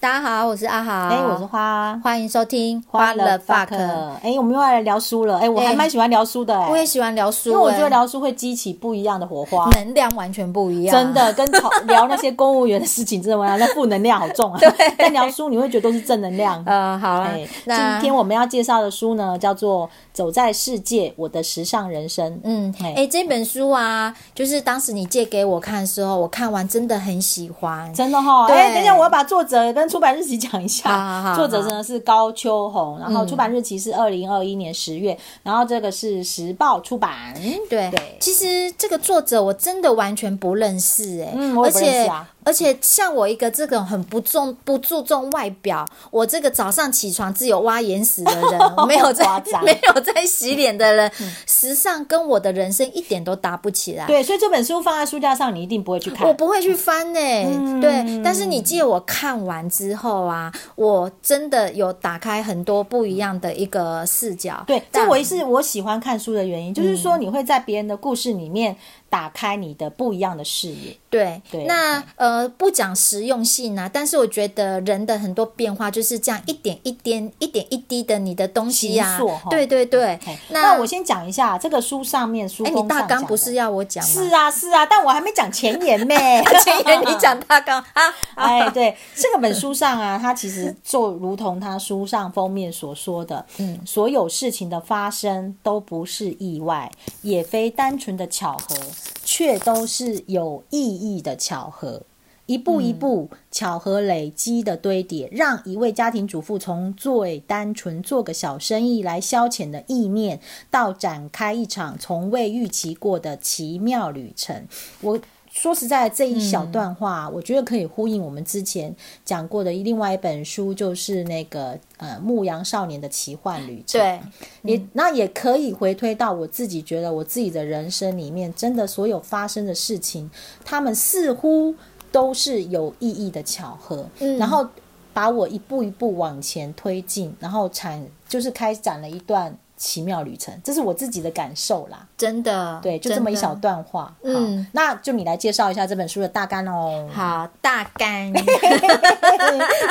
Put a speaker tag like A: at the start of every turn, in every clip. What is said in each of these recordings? A: 大家好，我是阿豪，
B: 哎、我是花
A: 欢迎收听
B: 了
A: 啊 fuck
B: 哎、我们又来聊书了。哎、我还
A: 哎
B: 蛮喜欢聊书的、哎、
A: 我也喜欢聊书、
B: 因为我觉
A: 哎
B: 得聊书会激起不一样的火花，
A: 能量完全不一样，
B: 真的跟吵聊那些公务员的事情真的完了，那负能量好重啊。但聊书你会觉得都是正能量。
A: 呃，好啦，
B: 哎，今
A: 那
B: 天我们要介绍的书呢，叫做《走在世界：我的时尚人生》。
A: 嗯，哎、
B: 哎
A: 这本书啊，就是当时你借给我看的时候，我看完真的很喜欢。
B: 真的哈、
A: 对
B: 哎、等一下，我要把作者跟出版日期讲一下。
A: 好好好嗯
B: 作者真的是高秋红，然后出版日期是二零二一年十月，然后这个是时报出版。
A: 对，
B: 对
A: 其实这个作者我真的完全不认识哎、
B: 嗯我
A: 而
B: 也不认
A: 且
B: 识啊
A: 而且像我一个这种很不重不注重外表，我这个早上起床只有挖眼屎的 人，没有在
B: 夸张嗯
A: 没有在洗脸的人，时尚跟我的人生一点都搭不起来。
B: 对，所以这本书放在书架上，你一定不会去看。
A: 我不会去翻呢、
B: 嗯
A: 对。但是你借我看完之后啊，我真的有打开很多不一样的一个视角。
B: 对，
A: 但
B: 这我也是我喜欢看书的原因，就是说你会在别人的故事里面打开你的不一样的视野。
A: 对，
B: 对嗯
A: 那呃不讲实用性啊，但是我觉得人的很多变化就是这样一点一点、一点一滴的，你的东西啊
B: 形塑哈，
A: 对对对
B: OK，。
A: 那
B: 我先讲一下这个书上面书
A: 哎，
B: 封
A: 你
B: 上
A: 大纲
B: 讲
A: 不
B: 的
A: 是要我讲吗？。
B: 是啊是啊，但我还没讲前言 咩
A: 前言你讲大纲啊，
B: 哎，对，这个本书上啊，它其实就如同它书上封面所说的，嗯，所有事情的发生都不是意外，也非单纯的巧合，却都是有意义的巧合。一步一步，巧合累积的堆叠，让一位家庭主妇从最单纯做个小生意来消遣的意念，到展开一场从未预期过的奇妙旅程。我说实在，这一
A: 嗯
B: 小段话，我觉得可以呼应我们之前讲过的另外一本书，就是那个呃《牧羊少年的奇幻旅程》。
A: 对，嗯
B: 也那也可以回推到我自己觉得我自己的人生里面，真的所有发生的事情，他们似乎都是有意义的巧合，
A: 嗯
B: 然后把我一步一步往前推进，然后产就是开展了一段奇妙旅程，这是我自己的感受啦。
A: 真的，
B: 对，就这么一
A: 真的
B: 小段话。
A: 嗯
B: 好，那就你来介绍一下这本书的大纲 哦。
A: 好大纲。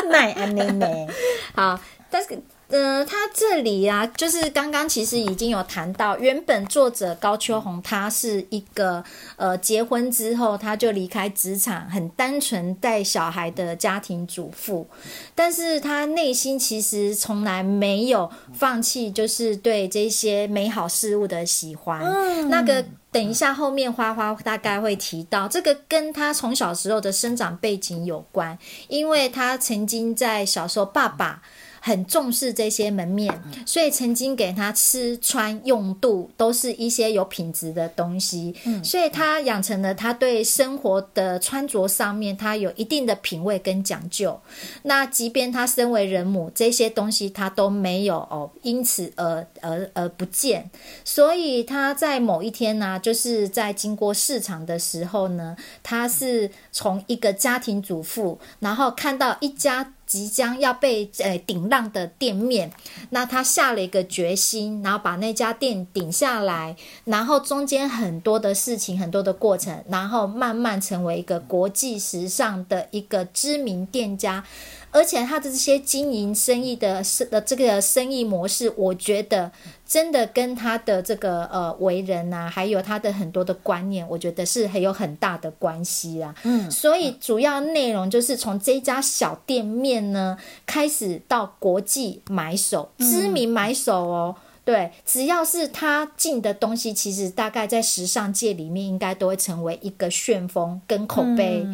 B: 奈安内美，
A: 好，但是。呃，他这里啊，就是刚刚其实已经有谈到，原本作者高秋红她是一个呃结婚之后她就离开职场，很单纯带小孩的家庭主妇，但是她内心其实从来没有放弃，就是对这些美好事物的喜欢。那个等一下后面花花大概会提到，这个跟他从小时候的生长背景有关，因为他曾经在小时候爸爸。很重视这些门面，所以曾经给他吃穿用度都是一些有品质的东西，所以他养成了他对生活的穿着上面，他有一定的品味跟讲究。那即便他身为人母，这些东西他都没有哦，因此而而而不见。所以他在某一天呢、就是在经过市场的时候呢，他是从一个家庭主妇，然后看到一家。即将要被呃顶让的店面，那他下了一个决心，然后把那家店顶下来，然后中间很多的事情，很多的过程，然后慢慢成为一个国际时尚的一个知名店家，而且他的这些经营生意的是的这个生意模式，我觉得真的跟他的这个呃为人啊，还有他的很多的观念，我觉得是很有很大的关系啦、嗯，所以主要内容就是从这家小店面呢开始到国际买手，知名买手哦。对，只要是他进的东西，其实大概在时尚界里面应该都会成为一个旋风跟口碑。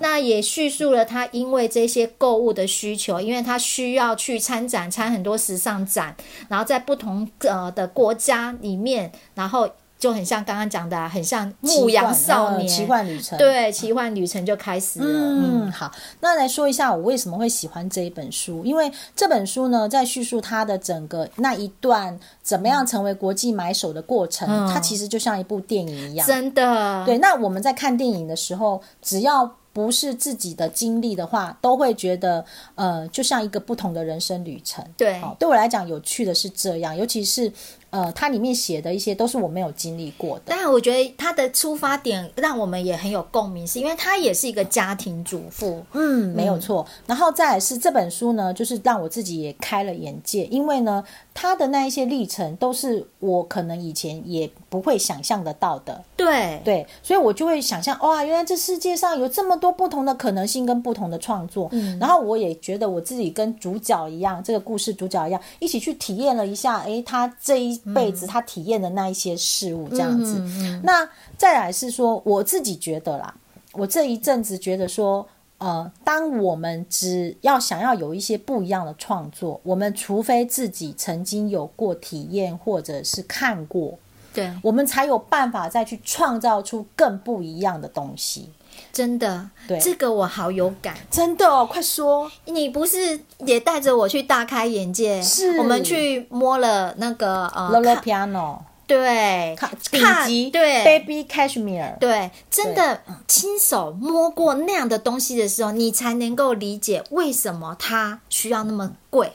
A: 那也叙述了他因为这些购物的需求，因为他需要去参展，参很多时尚展，然后在不同呃的国家里面，然后就很像刚刚讲的啊、很像牧羊少年，
B: 奇幻旅程。。
A: 对呃奇幻旅程就开始了。嗯
B: 嗯，好，那来说一下我为什么会喜欢这一本书，因为这本书呢，在叙述它的整个那一段怎么样成为国际买手的过程，
A: 嗯
B: 它其实就像一部电影一样。
A: 真的，
B: 对，那我们在看电影的时候，只要不是自己的经历的话，都会觉得呃，就像一个不同的人生旅程。
A: 对
B: 好，对我来讲，有趣的是这样，尤其是呃，它里面写的一些都是我没有经历过的。
A: 当然，我觉得他的出发点让我们也很有共鸣，是因为他也是一个家庭主妇。
B: 嗯，没有错。然后再来是这本书呢，就是让我自己也开了眼界，因为呢，他的那一些历程都是我可能以前也不会想象得到的。
A: 对，
B: 对，所以我就会想象，哇，原来这世界上有这么多不同的可能性跟不同的创作。然后我也觉得我自己跟主角一样，这个故事主角一样，一起去体验了一下，诶，他这一辈子他体验的那一些事物，这样子。那再来是说，我自己觉得啦，我这一阵子觉得说。呃，当我们只要想要有一些不一样的创作，我们除非自己曾经有过体验或者是看过，
A: 对，
B: 我们才有办法再去创造出更不一样的东西。
A: 真的，
B: 对
A: 这个我好有感。
B: 真的哦，快说！
A: 你不是也带着我去大开眼界？
B: 是
A: 我们去摸了那个呃，
B: Lolo
A: 看
B: Piano，
A: 对，
B: 啊看
A: 看
B: 顶级
A: 对
B: Baby Cashmere，
A: 对，真的亲手摸过那样的东西的时候，你才能够理解为什么它需要那么贵。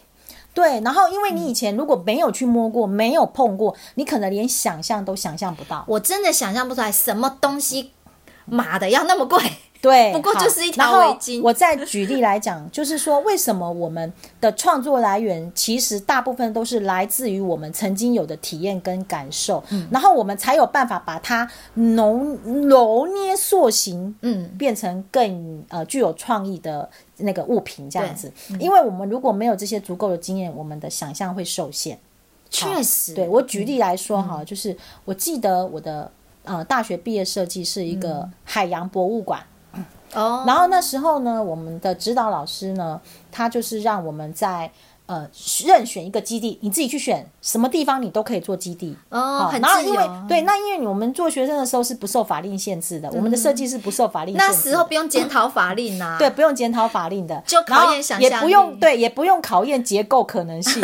B: 对。然后，因为你以前如果没有去摸过，没有碰过，你可能连想象都想象不到。
A: 我真的想象不出来什么东西，妈的要那么贵。
B: 对，
A: 不过
B: 好
A: 就是一条
B: 然后
A: 围巾
B: 我再举例来讲，就是说为什么我们的创作来源其实大部分都是来自于我们曾经有的体验跟感受，
A: 嗯
B: 然后我们才有办法把它揉揉捏塑形，
A: 嗯，
B: 变成更呃具有创意的那个物品这样子。
A: 嗯
B: 因为我们如果没有这些足够的经验，我们的想象会受限。
A: 确实，
B: 对我举例来
A: 嗯
B: 说哈，就是我记得我的呃大学毕业设计是一个
A: 嗯
B: 海洋博物馆。
A: 哦，
B: 然后那时候呢，我们的指导老师呢，他就是让我们在呃任选一个基地，你自己去选什么地方，你都可以做基地。
A: 哦
B: 好
A: 很
B: 然后
A: 自
B: 因为
A: 由嗯
B: 对，那因为我们做学生的时候是不受法令限制的，我们的设计是不受法令限制
A: 那
B: 的。
A: 时候不用检讨法令啊。
B: 对，不用检讨法令的，
A: 就考验
B: 然后
A: 想
B: 也
A: 象
B: 不用
A: 力
B: 对，也不用考验结构可 能性。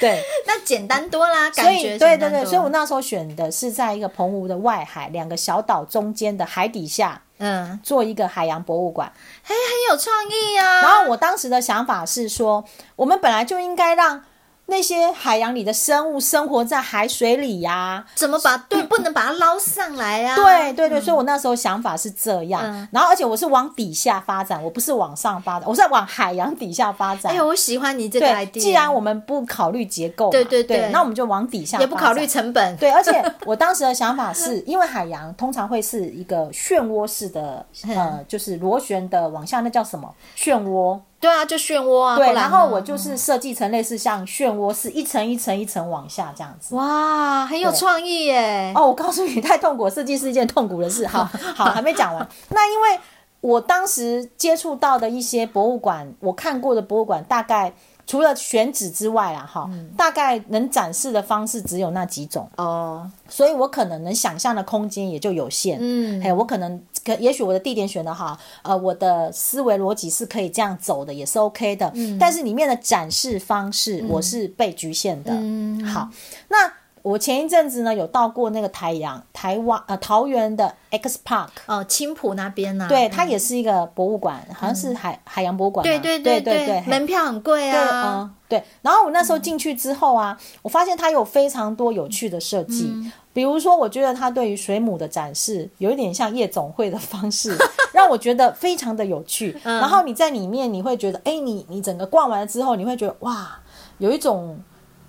B: 对，
A: 那简单多啦，
B: 所
A: 感
B: 以
A: 觉简
B: 对对
A: 单多
B: 对，所以我那时候选的是在一个澎湖的外海，两个小岛中间的海底下
A: 嗯，
B: 做一个海洋博物馆。
A: 嘿，很有创意啊。
B: 然后我当时的想法是说，我们本来就应该让那些海洋里的生物生活在海水里呀、
A: 怎么把对不能把它捞上来啊？
B: 对对对，所以我那时候想法是这样，
A: 嗯
B: 然后而且我是往底下发展，我不是往上发展，我是往海洋底下发展。
A: 哎呦，我喜欢你这个
B: 对，
A: idea。
B: 既然我们不考虑结构嘛，
A: 对对对
B: 对，那我们就往底下，
A: 也不考虑。成本，
B: 对， 而且我当时的想法是，因为海洋通常会是一个漩涡式 的，呃，就是螺旋的往下，那叫什么？漩涡。
A: 对啊，就漩涡啊。
B: 对，
A: 不
B: 然
A: 呢
B: 后我就是设计成类似像漩涡式，一层一层一层往下这样子。
A: 哇，很有
B: 对
A: 创意耶。
B: 哦，我告诉你，太痛苦了，设计是一件痛苦的事。好好，还没讲完。那因为我当时接触到的一些博物馆，我看过的博物馆，大概除了选址之外啦，哈、大概能展示的方式只有那几种。
A: 哦，
B: 所以我可能能想象的空间也就有限。
A: 嗯
B: 哎，我可能可也许我的地点选的好，呃，我的思维逻辑是可以这样走的，也是 OK 的。嗯，但是里面的展示方式我是被局限的。嗯，好，那。我前一阵子呢，有到过那个台阳、台湾呃桃园的 X Park，
A: 哦，青浦那边呢、啊？
B: 对，它也是一个博物馆，好像是海、海洋博物馆嘛。
A: 对对
B: 嗯对
A: 对
B: 对，嘿
A: 门票很贵
B: 对，
A: 啊。
B: 嗯，对。然后我那时候进去之后啊，我发现它有非常多有趣的设计，
A: 嗯
B: 比如说，我觉得它对于水母的展示有一点像夜总会的方式， 让我觉得非常的有趣。
A: 嗯
B: 然后你在里面，你会觉得，哎，你你整个逛完了之后，你会觉得哇，有一种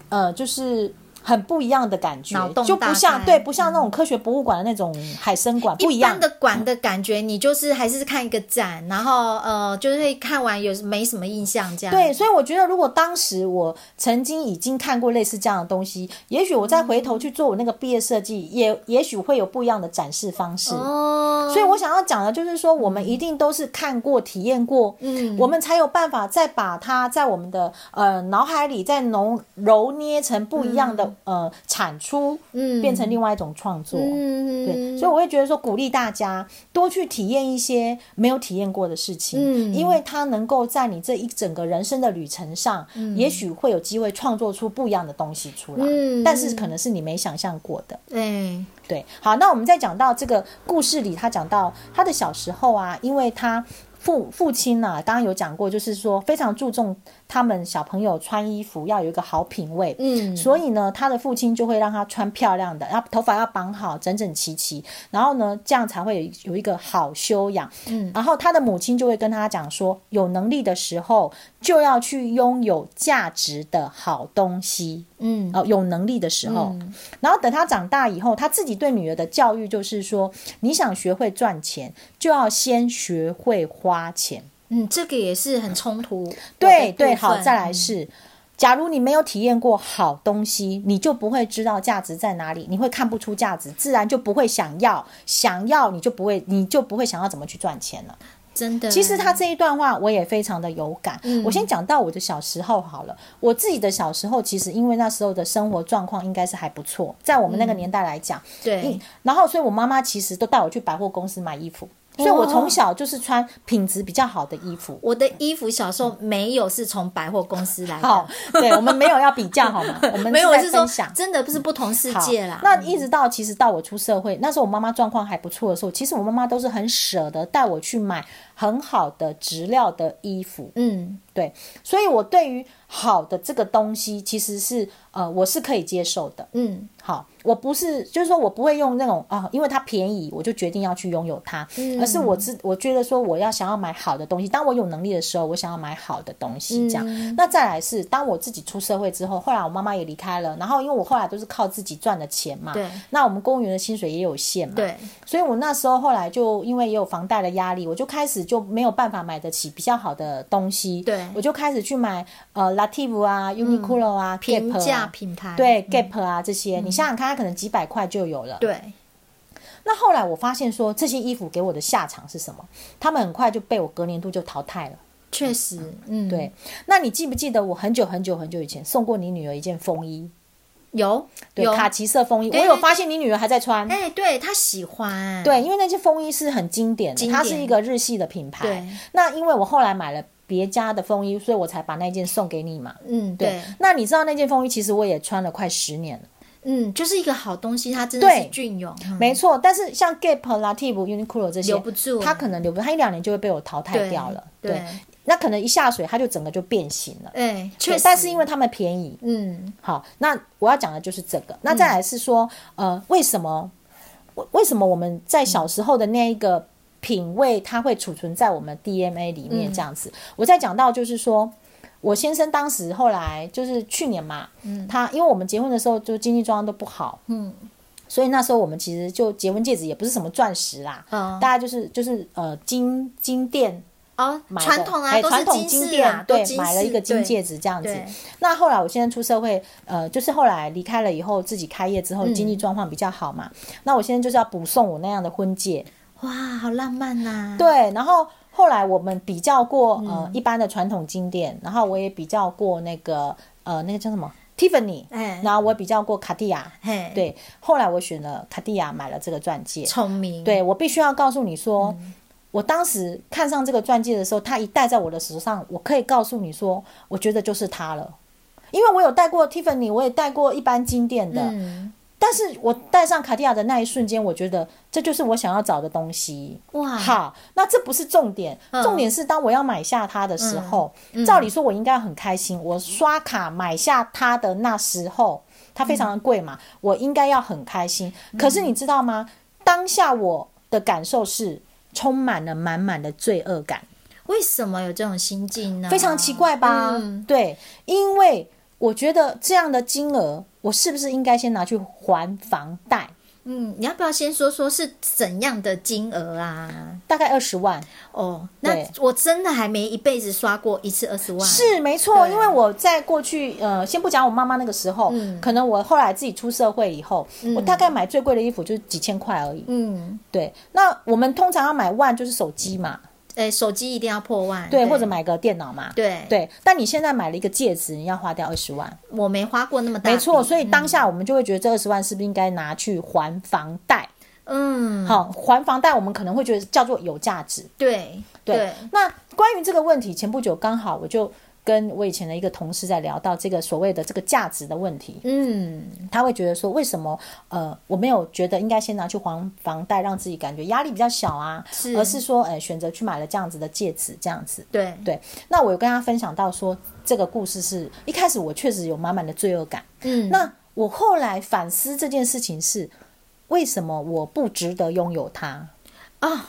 B: 呃，就是。很不一样的感觉
A: 脑，洞
B: 就不
A: 大
B: 像
A: 开嗯
B: 对，不像那种科学博物馆的那种海参馆，不一样
A: 般。的馆的感觉，你就是还是看一个展，然后呃，就是会看完有没什么印象这样。
B: 对，，所以我觉得，如果当时我曾经已经看过类似这样的东西，也许我再回
A: 嗯
B: 头去做我那个毕业设计，也也许会有不一样的展示方式。
A: 哦，嗯
B: 所以我想要讲的就是说，我们一定都是看过、体验过，嗯，我们才有办法再把它在我们的呃脑海里再揉揉捏成不一样的、呃产出，
A: 嗯
B: 变成另外一种创作。
A: 嗯，
B: 对，所以我会觉得说，鼓励大家多去体验一些没有体验过的事情，
A: 嗯
B: 因为它能够在你这一整个人生的旅程上，也许会有机会创作出不一样的东西出来，
A: 嗯
B: 但是可能是你没想象过的。
A: 对，
B: 对，好，那我们再讲到这个故事里，他讲到他的小时候啊，因为他父父亲呐、刚刚有讲过，就是说非常注重他们小朋友穿衣服要有一个好品味，
A: 嗯
B: 所以呢，他的父亲就会让他穿漂亮的，然后头发要绑好，整整齐齐，然后呢，这样才会有一有一个好修养。嗯，然后他的母亲就会跟他讲说，有能力的时候就要去拥有价值的好东西。
A: 嗯
B: 哦，有能力的时候，然后等他长大以后，他自己对女儿的教育就是说，你想学会赚钱，就要先学会花钱。
A: 嗯，这个也是很冲突。
B: 对对，好，再
A: 嗯
B: 来是，假如你没有体验过好东西，你就不会知道价值在哪里，你会看不出价值，自然就不会想要，想要你就不会，你就不会想要怎么去赚钱了。
A: 真的。
B: 其实他这一段话我也非常的有感。我先讲到我的小时候好了，我自己的小时候其实因为那时候的生活状况应该是还不错，在我们那个年代来讲，嗯
A: 对，
B: 然后所以我妈妈其实都带我去百货公司买衣服，所以我从小就是穿品质比较好的衣服。
A: 我的衣服小时候没有是从百货公司来的，
B: 好，哦对我们没有要比较好 吗？我们
A: 没有，我
B: 在
A: 是说
B: 分享。
A: 真的不是不同世
B: 好
A: 界啦。
B: 那一直到其实到我出社会，那时候我妈妈状况还不错的时候，其实我妈妈都是很舍得带我去买很好的质料的衣服。
A: 嗯
B: 对，所以我对于好的这个东西，其实是呃，我是可以接受的。
A: 嗯
B: 好，我不是，就是说我不会用那种啊、因为它便宜，我就决定要去拥有它，
A: 嗯
B: 而是我知我觉得说我要想要买好的东西，当我有能力的时候，我想要买好的东
A: 嗯
B: 西，这样。那再来是，当我自己出社会之后，后来我妈妈也离开了，然后因为我后来都是靠自己赚的钱嘛，
A: 对
B: 那我们公务员的薪水也有限嘛，
A: 对，
B: 所以我那时候后来就因为也有房贷的压力，我就开始就没有办法买得起比较好的东西，
A: 对嗯
B: 我就开始去买呃 Lativ 啊、Uniqlo 啊、
A: 平
B: Gap
A: 价
B: 啊
A: 品牌
B: 对 Gap 啊这些，你想想看，它可能几百块就有了。
A: 嗯对，
B: 那后来我发现说，这些衣服给我的下场是什么？他们很快就被我隔年度就淘汰了。
A: 确实，嗯，
B: 对，那你记不记得我很久很久很久以前送过你女儿一件风衣，
A: 有
B: 对，
A: 有
B: 卡其色风衣，我
A: 对
B: 有
A: 对
B: 发现你女儿还在穿。
A: 哎、对他喜欢，
B: 对，因为那件风衣是很经典的，
A: 经
B: 它
A: 典
B: 是一个日系的品牌
A: 对。
B: 那因为我后来买了别家的风衣，所以我才把那件送给你嘛。
A: 嗯，对，
B: 那你知道那件风衣其实我也穿了快十年了。
A: 嗯，就是一个好东西，它真的是
B: 对
A: 隽永，嗯
B: 没错，但是像 Gap 啦、t i b Uniqlo 这些
A: 留不住
B: 它可能留不住，它一两年就会被我淘汰
A: 对
B: 掉了。
A: 对，
B: 那可能一下水它就整个就变形了。
A: 哎、确
B: 对
A: 实，
B: 但是因为他们便宜，
A: 嗯，
B: 好，那我要讲的就是这个。那再来是说，呃，为什么，为为什么我们在小时候的那一个品味，它会储存在我们 DNA 里面这样子？我在讲到就是说。我先生当时后来就是去年嘛，嗯，他因为我们结婚的时候就经济状况都不好，嗯，所以那时候我们其实就结婚戒指也不是什么钻石啦，
A: 哦
B: 大概就是就是呃金金店
A: 哦，
B: 买的
A: 传统啊，
B: 哎
A: 都是
B: 传统
A: 金饰
B: 店、
A: 啊，都
B: 对，
A: 金
B: 买了一
A: 饰
B: 个金
A: 对
B: 戒指这样子
A: 对。
B: 那后来我现在出社会，呃，就是后来离开了以后，自己开业之
A: 嗯
B: 后，经济状况比较好嘛。那我现在就是要补送我那样的婚戒，
A: 哇，好浪漫呐、
B: 对。然后后来我们比较过
A: 嗯
B: 呃一般的传统金店，然后我也比较过那个呃那个叫什么 Tiffany，
A: 哎
B: 然后我也比较过卡地亚，
A: 嘿，，
B: 对。后来我选了卡地亚，买了这个钻戒，
A: 聪明，
B: 对我必须要告诉你说，我当时看上这个钻戒的时候，它一戴在我的手上，我可以告诉你说，我觉得就是它了。因为我有戴过 Tiffany，我也戴过一般金店的，
A: 嗯，
B: 但是我戴上卡地亚的那一瞬间，我觉得这就是我想要找的东西。
A: 哇，
B: 好，那这不是重点，重点是当我要买下它的时候，照理说我应该很开心。我刷卡买下它的那时候，它非常的贵嘛，我应该要很开心。可是你知道吗？当下我的感受是充满了满满的罪恶感，
A: 为什么有这种心境呢？
B: 非常奇怪吧？
A: 嗯
B: 对，因为我觉得这样的金额，我是不是应该先拿去还房贷？
A: 嗯，你要不要先说说是怎样的金额啊？
B: 大概二十万，
A: 哦，那
B: 对
A: 我真的还没一辈子刷过一次二十万，
B: 是没错，
A: 对
B: 因为我在过去，呃，先不讲我妈妈那个时候，
A: 嗯
B: 可能我后来自己出社会以后，我大概买最贵的衣服就是几千块而已。
A: 嗯，
B: 对，那我们通常要买万就是手机嘛，
A: 哎、手机一定要破万，
B: 对，或者买个电脑嘛，
A: 对，
B: 对。但你现在买了一个戒指，你要花掉二十万，
A: 我没花过那么大，
B: 没错。，所以当
A: 嗯
B: 下我们就会觉得这二十万是不是应该拿去还房贷？
A: 嗯，
B: 好，还房贷我们可能会觉得叫做有价值。
A: 对
B: 对，那关于这个问题，前不久刚好我就。跟我以前的一个同事在聊到这个所谓的这个价值的问题，
A: 嗯，
B: 他会觉得说，为什么呃我没有觉得应该先拿去还房贷，让自己感觉压力比较小啊，
A: 是
B: 而是说，呃，选择去买了这样子的戒指，这样子。
A: 对
B: 对，那我有跟他分享到说，这个故事是一开始我确实有满满的罪恶感，
A: 嗯，
B: 那我后来反思这件事情是，为什么我不值得拥有它？
A: 哦，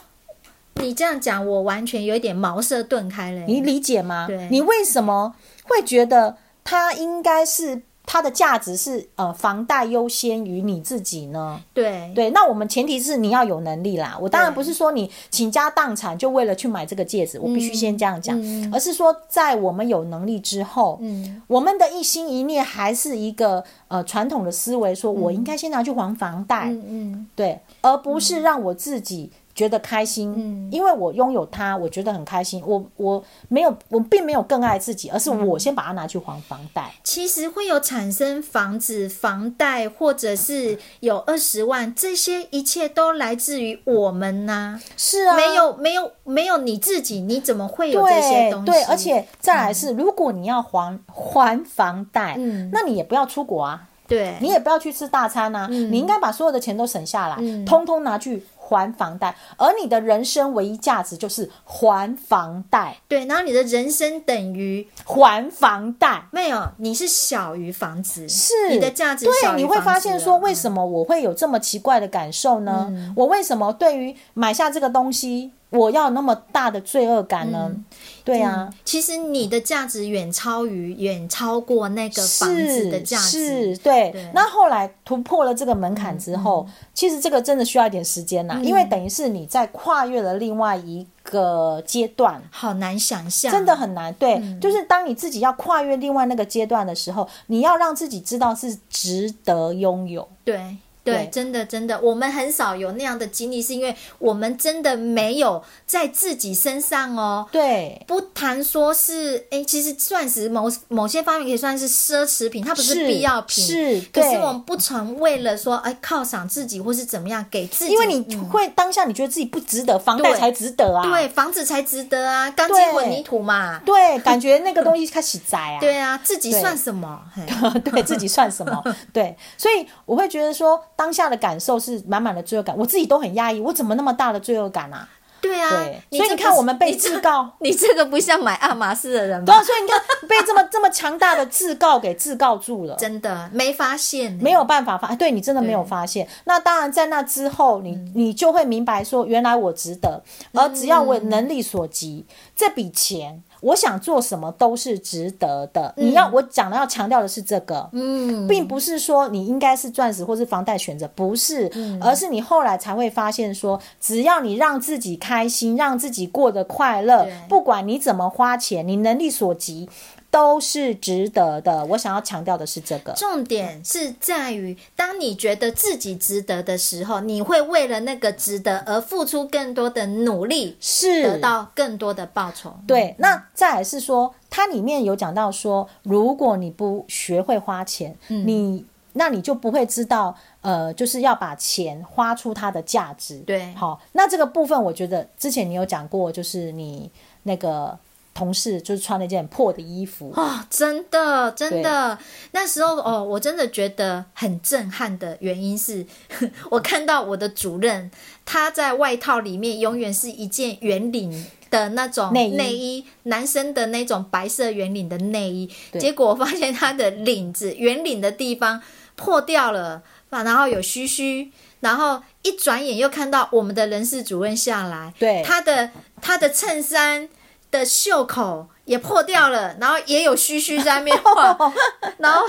A: 你这样讲，我完全有一点茅塞顿开了耶。
B: 你理解吗
A: 对？
B: 你为什么会觉得它应该是它的价值是呃房贷优先于你自己呢？
A: 对
B: 对，那我们前提是你要有能力啦。我当然不是说你倾家荡产就为了去买这个戒指，我必须
A: 嗯
B: 先这样讲，而是说在我们有能力之后，
A: 嗯
B: 我们的一心一念还是一个呃传统的思维，说我应该先拿去还房贷，
A: 嗯嗯，
B: 对，而不是让我自己觉得开心，
A: 嗯
B: 因为我拥有它，我觉得很开心。我我没有，我并没有更爱自己，而
A: 嗯
B: 是我先把它拿去还房贷。
A: 其实会有产生房子、房贷，或者是有二十万，这些一切都来自于我们呐、
B: 是啊，
A: 没有没有没有你自己，你怎么会有这些东
B: 对
A: 西？
B: 对，而且再来是，如果你要还还房贷，
A: 嗯
B: 那你也不要出国啊，
A: 对，
B: 你也不要去吃大餐啊，你应该把所有的钱都省下来，
A: 嗯
B: 通通拿去还房贷。而你的人生唯一价值就是还房贷，
A: 对，然后你的人生等于
B: 还房贷。
A: 没有，你是小于房子，
B: 是
A: 你的价值
B: 对，啊
A: 小于
B: 你会
A: 房
B: 发
A: 子啊嗯
B: 现
A: 了嗯
B: 说，为什么我会有这么奇怪的感受呢？我为什么对于买下这个东西，我要有那么大的罪恶感呢？
A: 嗯
B: 对啊，
A: 其实你的价值远超于远超过那个呃房子的价值
B: 是，，对。
A: 对嗯
B: 那后来突破了这个门槛之后，其实这个真的需要一点时间呐、因为等于是你在跨越了另外一个阶段。
A: 好难想象，
B: 真的很难，对，
A: 嗯
B: 就是当你自己要跨越另外那个阶段的时候，你要让自己知道是值得拥有，
A: 对。对
B: 对，
A: 真的真的，我们很少有那样的经历，是因为我们真的没有在自己身上哦。
B: 对，
A: 不谈说是，哎，其实钻石某某些方面可以算是奢侈品，它不
B: 是
A: 必要品。
B: 是
A: 可是
B: 对
A: 我们不曾为了说，哎，犒赏自己或是怎么样，给自己，嗯
B: 因为你会当下你觉得自己不值得，房贷
A: 对
B: 才值得啊。
A: 对房子才值得啊，钢筋
B: 对
A: 混凝土嘛，
B: 对，感觉那个东西开始宅啊。
A: 对啊，自己
B: 对
A: 算什么？嘿
B: 对自己算什 么？对，所以我会觉得说，当下的感受是满满的罪恶感，我自己都很压抑，我怎么那么大的罪恶感啊？
A: 对啊，
B: 对，
A: 你
B: 所以
A: 这
B: 你
A: 不
B: 看，
A: 是
B: 我们被
A: 你
B: 自 告，
A: 你这个不像买爱马仕的人
B: 对
A: 吧？
B: 啊，所以你看被这么这么强大的自告给自告住了。
A: 真的没发现、欸
B: 没有办法发，哎对你真的没有发现。那当然，在那之后，你
A: 嗯
B: 你就会明白说，原来我值得，而只要
A: 嗯
B: 我能力所及，这笔钱我想做什么都是值得的。你要我讲的要强调的是这个，
A: 嗯，
B: 并不是说你应该是钻石或是房贷选择，不是，
A: 嗯
B: 而是你后来才会发现说，只要你让自己开心，让自己过得快乐
A: 对，
B: 不管你怎么花钱，你能力所及。都是值得的。我想要强调的是这个，
A: 重点是在于，当你觉得自己值得的时候，你会为了那个值得而付出更多的努力，
B: 是
A: 得到更多的报酬。
B: 对，那再来是说，它里面有讲到说，如果你不学会花钱，
A: 嗯
B: 你那你就不会知道，呃，就是要把钱花出它的价值。
A: 对
B: 好，那这个部分我觉得之前你有讲过，就是你那个同事就是穿了一件很破的衣服，
A: 哦，真的，真的，那时候哦，我真的觉得很震撼的原因是， 我看到我的主任他在外套里面永远是一件圆领的那种
B: 内衣
A: 男生的那种白色圆领的内衣，
B: 对
A: 结果我发现他的领子圆领的地方破掉了，啊然后有须须，然后一转眼又看到我们的人事主任下来，
B: 对
A: 他的他的衬衫的袖口也破掉了，然后也有须须在那边晃，然后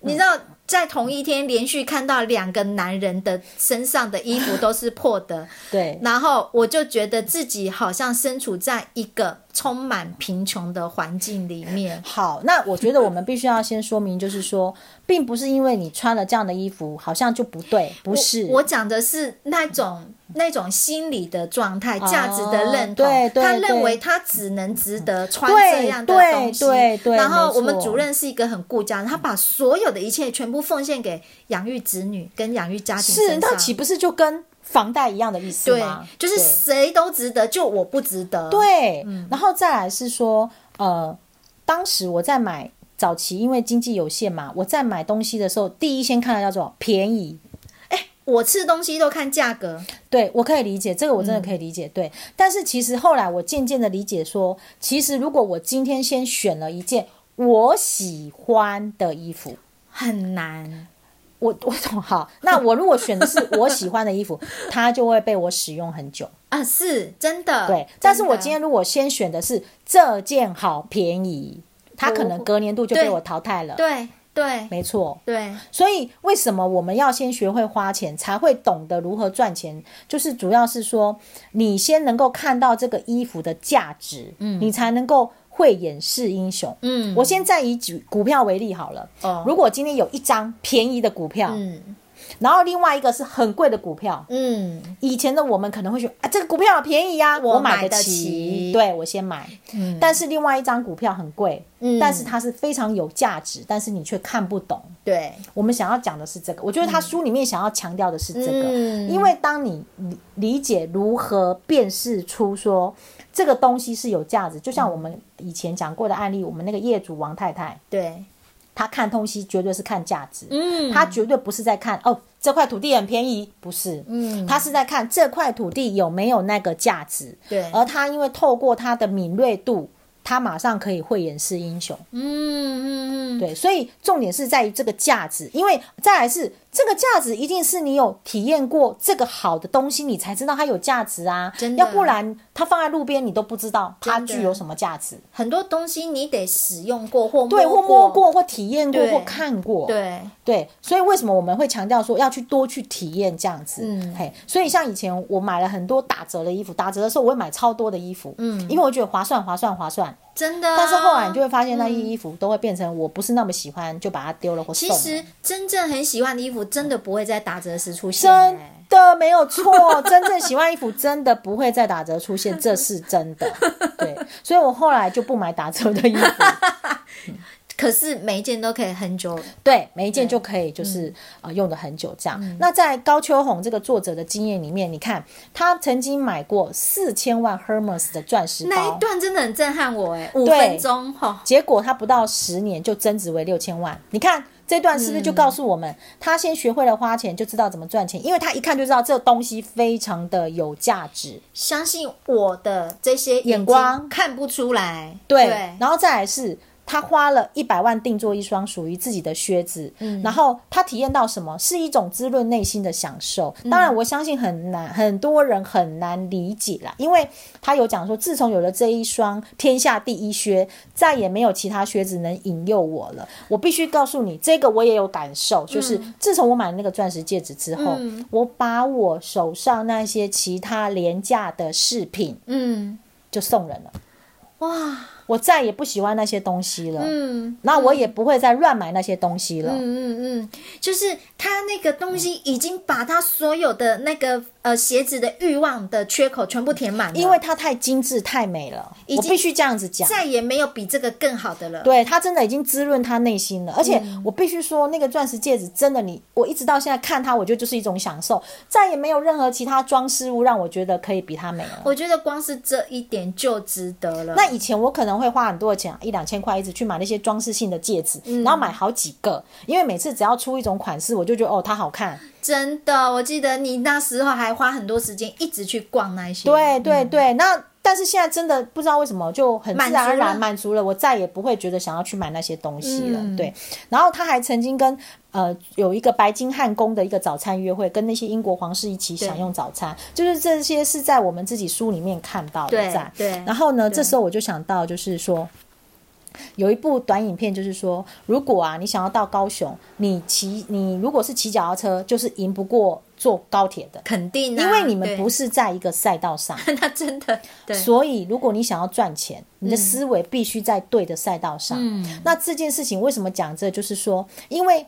A: 你知道。在同一天连续看到两个男人的身上的衣服都是破的，
B: 对，
A: 然后我就觉得自己好像身处在一个充满贫穷的环境里面。
B: 好，那我觉得我们必须要先说明，就是说，并不是因为你穿了这样的衣服，好像就不对，不是。
A: 我，我讲的是那种那种心理的状态、价值的认同。
B: 哦对对
A: 他
B: 对
A: 认为他只能值得穿
B: 对
A: 这样的
B: 对
A: 东西。
B: 对对
A: 然后
B: 没
A: 我们
B: 错
A: 主任是一个很顾家的，他把所有的一切全部奉献给养育子女跟养育家庭
B: 是
A: 身
B: 那
A: 上。
B: 岂不是就跟房贷一样的意思
A: 对
B: 吗？，
A: 就是
B: 对
A: 谁都值得，就我不值得。
B: 嗯对，然后再来是说，呃，当时我在买早期，因为经济有限嘛，我在买东西的时候，第一先看的叫做便宜。
A: 哎我吃东西都看价格，
B: 对我可以理解，这个我真的
A: 嗯
B: 可以理解。对，但是其实后来我渐渐的理解说，其实如果我今天先选了一件我喜欢的衣服，
A: 很难。
B: 我 我懂好，那我如果选的是我喜欢的 衣服，它就会被我使用很久。
A: 啊，是真的。
B: 对
A: 真，
B: 但是我
A: 的
B: 今天如果先选的是这件好便宜，它可能隔年度就被
A: 哦对
B: 我淘汰了。
A: 对对
B: 没错，
A: 对，
B: 所以为什么我们要先学会花钱，才会懂得如何赚钱？就是主要是说，你先能够看到这个衣服的价值，嗯，你才能够慧眼识英雄。
A: 嗯
B: 我先再以举股票为例好了。
A: 哦
B: 如果今天有一张便宜的股票，
A: 嗯
B: 然后另外一个是很贵的股票，
A: 嗯
B: 以前的我们可能会觉得啊，这个股票好便宜呀、啊，
A: 我
B: 买
A: 买得
B: 起
A: 起，
B: 对我先买。
A: 嗯
B: 但是另外一张股票很贵，
A: 嗯
B: 但是它是非常有价值，但是你却看不懂。
A: 对，
B: 我们想要讲的是这个，我觉得他书里面想要强调的是这个，
A: 嗯
B: 因为当你理理解如何辨识出说这个东西是有价值，就像我们以前讲过的案例，我们那个业主王太太，
A: 对，
B: 她看东西绝对是看价值，
A: 嗯
B: 她绝对不是在看哦这块土地很便宜，不是，
A: 嗯
B: 她是在看这块土地有没有那个价值，
A: 对
B: 而她因为透过她的敏锐度，她马上可以慧眼识英雄。
A: 嗯嗯嗯，
B: 对，所以重点是在于这个价值，因为再来是这个价值一定是你有体验过这个好的东西，你才知道它有价值啊
A: 真，的
B: 要不然它放在路边你都不知道它
A: 真的
B: 具有什么价值，
A: 很多东西你得使用过或
B: 对，或摸
A: 过，
B: 过或体验过
A: 对
B: 或看过，
A: 对，
B: 对，所以为什么我们会强调说要去多去体验这样子？
A: 嗯
B: 嘿，所以像以前我买了很多打折的衣服，打折的时候我会买超多的衣服，嗯，因为我觉得划算，划算，划算。
A: 真的啊。嗯
B: 但是后来你就会发现那些衣服都会变成我不是那么喜欢，就把它丢了或
A: 其
B: 送了。
A: 实真正很喜欢的衣服，真的不会在打折时出现
B: 真
A: 欸。
B: 的没 有错，真正喜欢衣服真的不会在打折出现，这是真的。对，所以我后来就不买打折 的衣服。
A: 可是每一件都可以很久。
B: 对，每一件就可以就是、呃用的很久这样。
A: 嗯
B: 那在高秋红这个作者的经验里面，你看他曾经买过四千万 Hermes 的钻石
A: 那一
B: 包，
A: 段真的很震撼我哎，五
B: 对
A: 分钟哈，
B: 结果他不到十年就增值为六千万。你看这段是不是就告诉我
A: 嗯
B: 们，他先学会了花钱，就知道怎么赚钱，因为他一看就知道这东西非常的有价值。
A: 相信我的这些已
B: 眼
A: 经
B: 光
A: 看不出来。
B: 对，然后再来是他花了一百万定做一双属于自己的靴子，然后他体验到什么是一种滋润内心的享受。当然，我相信很难，很多人很难理解啦，因为他有讲说，自从有了这一双天下第一靴，再也没有其他靴子能引诱我了。我必须告诉你，这个我也有感受，就是自从我买了那个钻石戒指之后，我把我手上那些其他廉价的饰品
A: 嗯，
B: 就送人了。
A: 哇，
B: 我再也不喜欢那些东西了，
A: 嗯。
B: 那我也不会再乱买那些东西了。
A: 嗯嗯嗯，就是他那个东西已经把他所有的那个呃鞋子的欲望的缺口全部填满了，
B: 因为它太精致、太美了，
A: 已
B: 我
A: 经
B: 必须这样子讲。
A: 再也没有比这个更好的了。
B: 对，它真的已经滋润他内心了，而且
A: 嗯
B: 我必须说，那个钻石戒指真的你，我一直到现在看它，我觉得就是一种享受，再也没有任何其他装饰物让我觉得可以比它美了。
A: 我觉得光是这一点就值得了。
B: 那以前我可能会花很多的钱，一两千块一直去买那些装饰性的戒指，
A: 嗯
B: 然后买好几个，因为每次只要出一种款式，我就觉得哦它 好看，
A: 真的，我记得你那时候还花很多时间一直去逛那一些。
B: 对对对，那但是现在真的不知道为什么就很自
A: 满
B: 然而
A: 足了
B: 然满足了，我再也不会觉得想要去买那些东西了。
A: 嗯
B: 对，然后他还曾经跟呃有一个白金汉宫的一个早餐约会，跟那些英国皇室一起享用早餐，就是这些是在我们自己书里面看到的
A: 对
B: 在。
A: 对
B: 然后呢，
A: 对
B: 这时候我就想到就是说。有一部短影片，就是说，如果啊你想要到高雄，你骑你如果是骑脚踏车，就是赢不过坐高铁的，
A: 肯定、啊，
B: 因为你们
A: 对
B: 不是在一个赛道上，
A: 那真的对，
B: 所以，如果你想要赚钱，你的思维必须在对的赛道上。
A: 嗯
B: 那这件事情为什么讲这？就是说，因为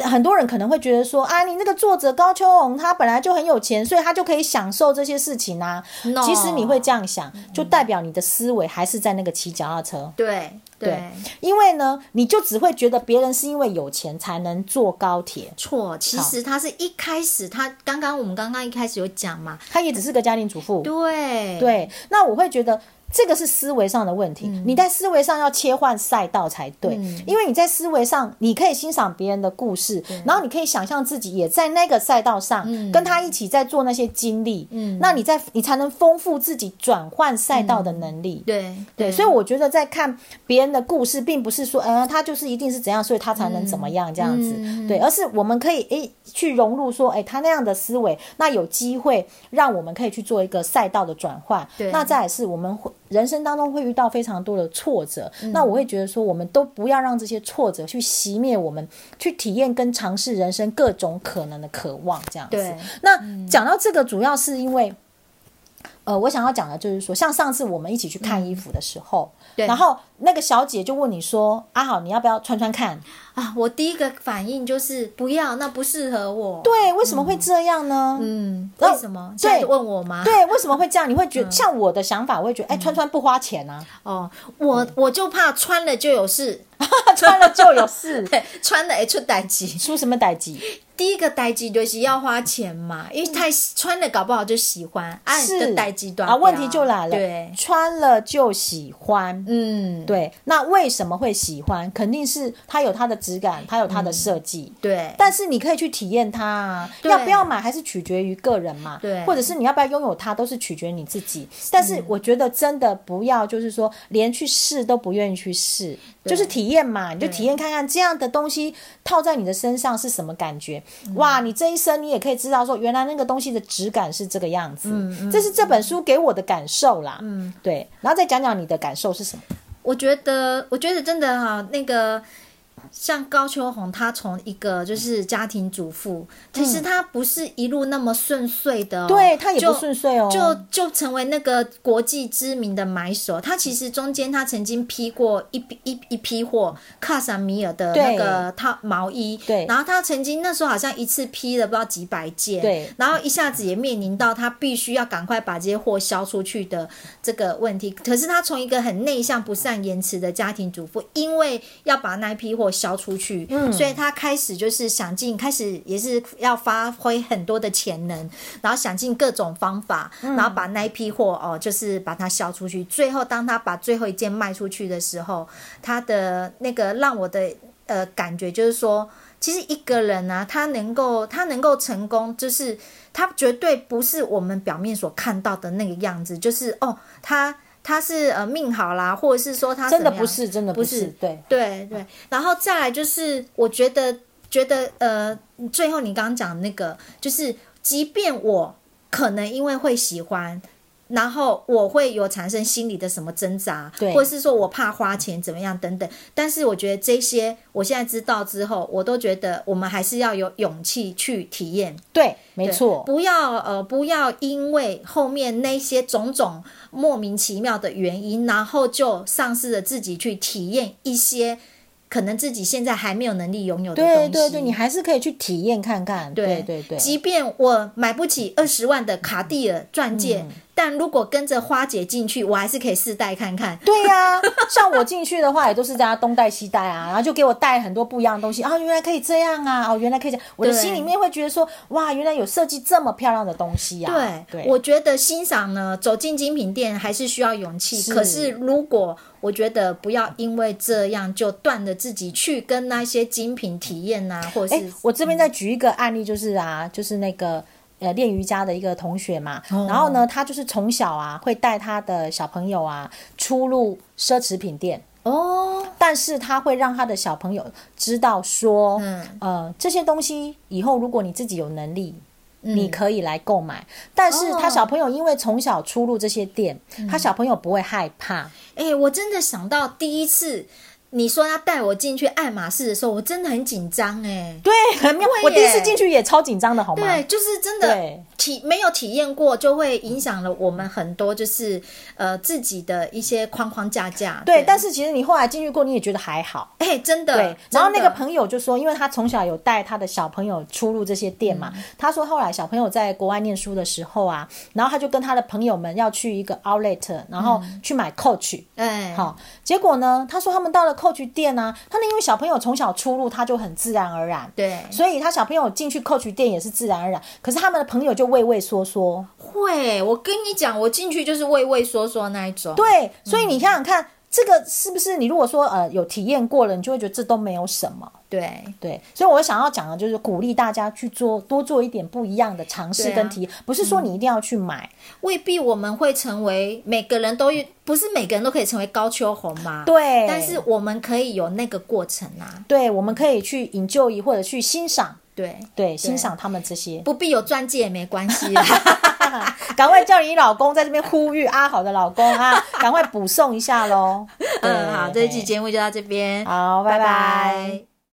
B: 很多人可能会觉得说啊，你那个作者高秋红他本来就很有钱，所以他就可以享受这些事情啊。
A: No 嗯
B: 其实你会这样想，就代表你的思维还是在那个骑脚踏车。
A: 对对
B: 因为呢，你就只会觉得别人是因为有钱才能坐高铁，
A: 错。其实他是一开始，他刚刚我们刚刚一开始有讲嘛，
B: 他也只是个家庭主妇。
A: 对
B: 对，那我会觉得这个是思维上的问题。你在思维上要切换赛道才对，因为你在思维上，你可以欣赏别人的故事，然后你可以想象自己也在那个赛道上，跟他一起在做那些经历。嗯，那你在你才能丰富自己转换赛道的能力。
A: 对
B: 对，所以我觉得在看别人的故事，并不是说，呃，他就是一定是怎样，所以他才能怎么样这样
A: 嗯
B: 子，对，而是我们可以诶去融入说，诶，他那样的思维，那有机会让我们可以去做一个赛道的转换。
A: 对
B: 那再来是我们会人生当中会遇到非常多的挫折，
A: 嗯
B: 那我会觉得说，我们都不要让这些挫折去熄灭我们去体验跟尝试人生各种可能的渴望这样子
A: 对。嗯
B: 那讲到这个，主要是因为。呃，我想要讲的就是说，像上次我们一起去看衣服的时候，
A: 嗯对
B: 然后那个小姐就问你说：“阿好，你要不要穿穿看
A: 啊，我第一个反应就是不要，那不适合我。？”对，
B: 对，为什么会这样呢？
A: 嗯，
B: 然后
A: 为什么？
B: 对
A: 现在问我吗？
B: 对，为什么会这样？你会
A: 嗯
B: 觉得、像我的想法，我会觉得，哎、穿穿不花钱 啊，
A: 哦，我我就怕穿了就有事，
B: 穿了就哦有事，
A: 对，穿了会出代志。
B: 出什么歹机？
A: 第一个代志就是要花钱嘛，因为太穿了搞不好就喜欢，啊，
B: 是
A: 代志短
B: 啊，问题就来了，
A: 对，
B: 穿了就喜欢。
A: 嗯，
B: 对，那为什么会喜欢？肯定是它有它的质感，它有它的
A: 嗯
B: 设计。
A: 对，
B: 但是你可以去体验它、啊，
A: 对
B: 要不要买还是取决于个人嘛，
A: 对
B: 或者是你要不要拥有它，都是取决于你自己。但是我觉得真的不要，就是说连去试都不愿意去试，就是体验嘛，你就体验看看这样的东西套在你的身上是什么感觉。
A: 嗯
B: 哇，你这一生你也可以知道说，原来那个东西的质感是这个样子，
A: 嗯
B: 这是这本书给我的感受啦。嗯，对，然后再讲讲你的感受是什么？
A: 我觉得，我觉得真的哈、那个像高秋红，她从一个就是家庭主妇，其实她不是一路那么顺遂的、哦，
B: 嗯对，它也不
A: 就
B: 顺遂哦，
A: 就就成为那个国际知名的买手。他其实中间他曾经批过一批一一批货，卡萨米尔的那个套呃毛衣，
B: 对
A: 然后他曾经那时候好像一次批了不知道几百件，
B: 对
A: 然后一下子也面临到他必须要赶快把这些货销出去的这个问题。可是他从一个很内向、不善言辞的家庭主妇，因为要把那一批货销出去，嗯，所以他开始就是想尽，开始也是要发挥很多的潜能，然后想尽各种方法，
B: 嗯
A: 然后把那一批货哦，就是把它销出去。最后，当他把最后一件卖出去的时候，他的那个让我的呃感觉就是说，其实一个人啊，他能够他能够成功，就是他绝对不是我们表面所看到的那个样子，就是哦，他他是呃命好啦，或者是说他
B: 真的
A: 怎么样
B: 不是，真的不
A: 不是
B: 是，对。
A: 对对，然后再来就是，我觉得觉得呃，最后你刚刚讲那个，就是即便我可能因为会喜欢。然后我会有产生心理的什么挣扎，
B: 对
A: 或者是说我怕花钱怎么样等等。但是我觉得这些，我现在知道之后，我都觉得我们还是要有勇气去体验，
B: 对，没
A: 对
B: 错，
A: 不要呃，不要因为后面那些种种莫名其妙的原因，然后就丧失了自己去体验一些可能自己现在还没有能力拥有的东
B: 对
A: 西。
B: 对对，你还是可以去体验看看。对对对，
A: 即便我买不起二十万的卡地尔钻戒，但如果跟着花姐进去，我还是可以试戴看看。
B: 对呀、像我进去的话，也都是在家东带西带啊， 然后就给我带很多不一样的东西啊，原来可以这样啊，哦，原来可以这样，我的
A: 对
B: 心里面会觉得说，哇，原来有设计这么漂亮的东西呀、啊。
A: 对，
B: 对，
A: 我觉得欣赏呢，走进精品店还是需要勇气。
B: 是
A: 可是如果我觉得不要因为这样就断了自己去跟那些精品体验呐、或者
B: 哎
A: 是，嗯
B: 我这边再举一个案例，就是啊，就是那个。呃，练瑜伽的一个同学嘛，
A: 哦
B: 然后呢，他就是从小啊会带他的小朋友啊出入奢侈品店，
A: 哦，
B: 但是他会让他的小朋友知道说，
A: 嗯
B: 呃，这些东西以后如果你自己有能力，
A: 嗯
B: 你可以来购买。但是他小朋友因为从小出入这些店，
A: 哦
B: 他小朋友不会害怕。
A: 哎、我真的想到第一次你说要带我进去爱马仕的时候，我真的很紧张哎。
B: 对，很妙。
A: 会
B: 我第一次
A: 耶
B: 进去也超紧张的，好吗？
A: 对，就是真的
B: 对
A: 体没有体验过，就会影响了我们很多，就是呃自己的一些框框架架。
B: 对，但是其实你后来进去过，你也觉得还好。
A: 哎、真的，
B: 对，然后那
A: 真
B: 个
A: 的
B: 朋友就说，因为他从小有带他的小朋友出入这些店嘛，
A: 嗯
B: 他说后来小朋友在国外念书的时候啊，然后他就跟他的朋友们要去一个 outlet，然后
A: 嗯
B: 去买 Coach，、
A: 哎、
B: 好，结果呢，他说他们到了 Coach 店啊，他们因为小朋友从小出入，他就很自然而然，
A: 对
B: 所以他小朋友进去 Coach 店也是自然而然，可是他们的朋友就畏畏缩缩，
A: 会，我跟你讲，我进去就是畏畏缩缩那一种。
B: 对，所以你想想看，这个是不是你如果说呃有体验过了，你就会觉得这都没有什么。
A: 对
B: 对，所以我想要讲的就是鼓励大家去做多做一点不一样的尝试
A: 对啊嗯
B: 跟体验，不是说你一定要去买。
A: 未必我们会成为每个人都不是每个人都可以成为高秋红嘛。，
B: 对，
A: 但是我们可以有那个过程啊。
B: 对，我们可以去 enjoy 或者去欣赏，
A: 对，
B: 对，欣赏他们这些。
A: 不必有钻戒也没关 系。
B: 赶快叫你老公在这边呼吁阿好的老公啊，赶快补送一下喽。对
A: 嗯，好，这一期节目就到这边，
B: 好，拜拜。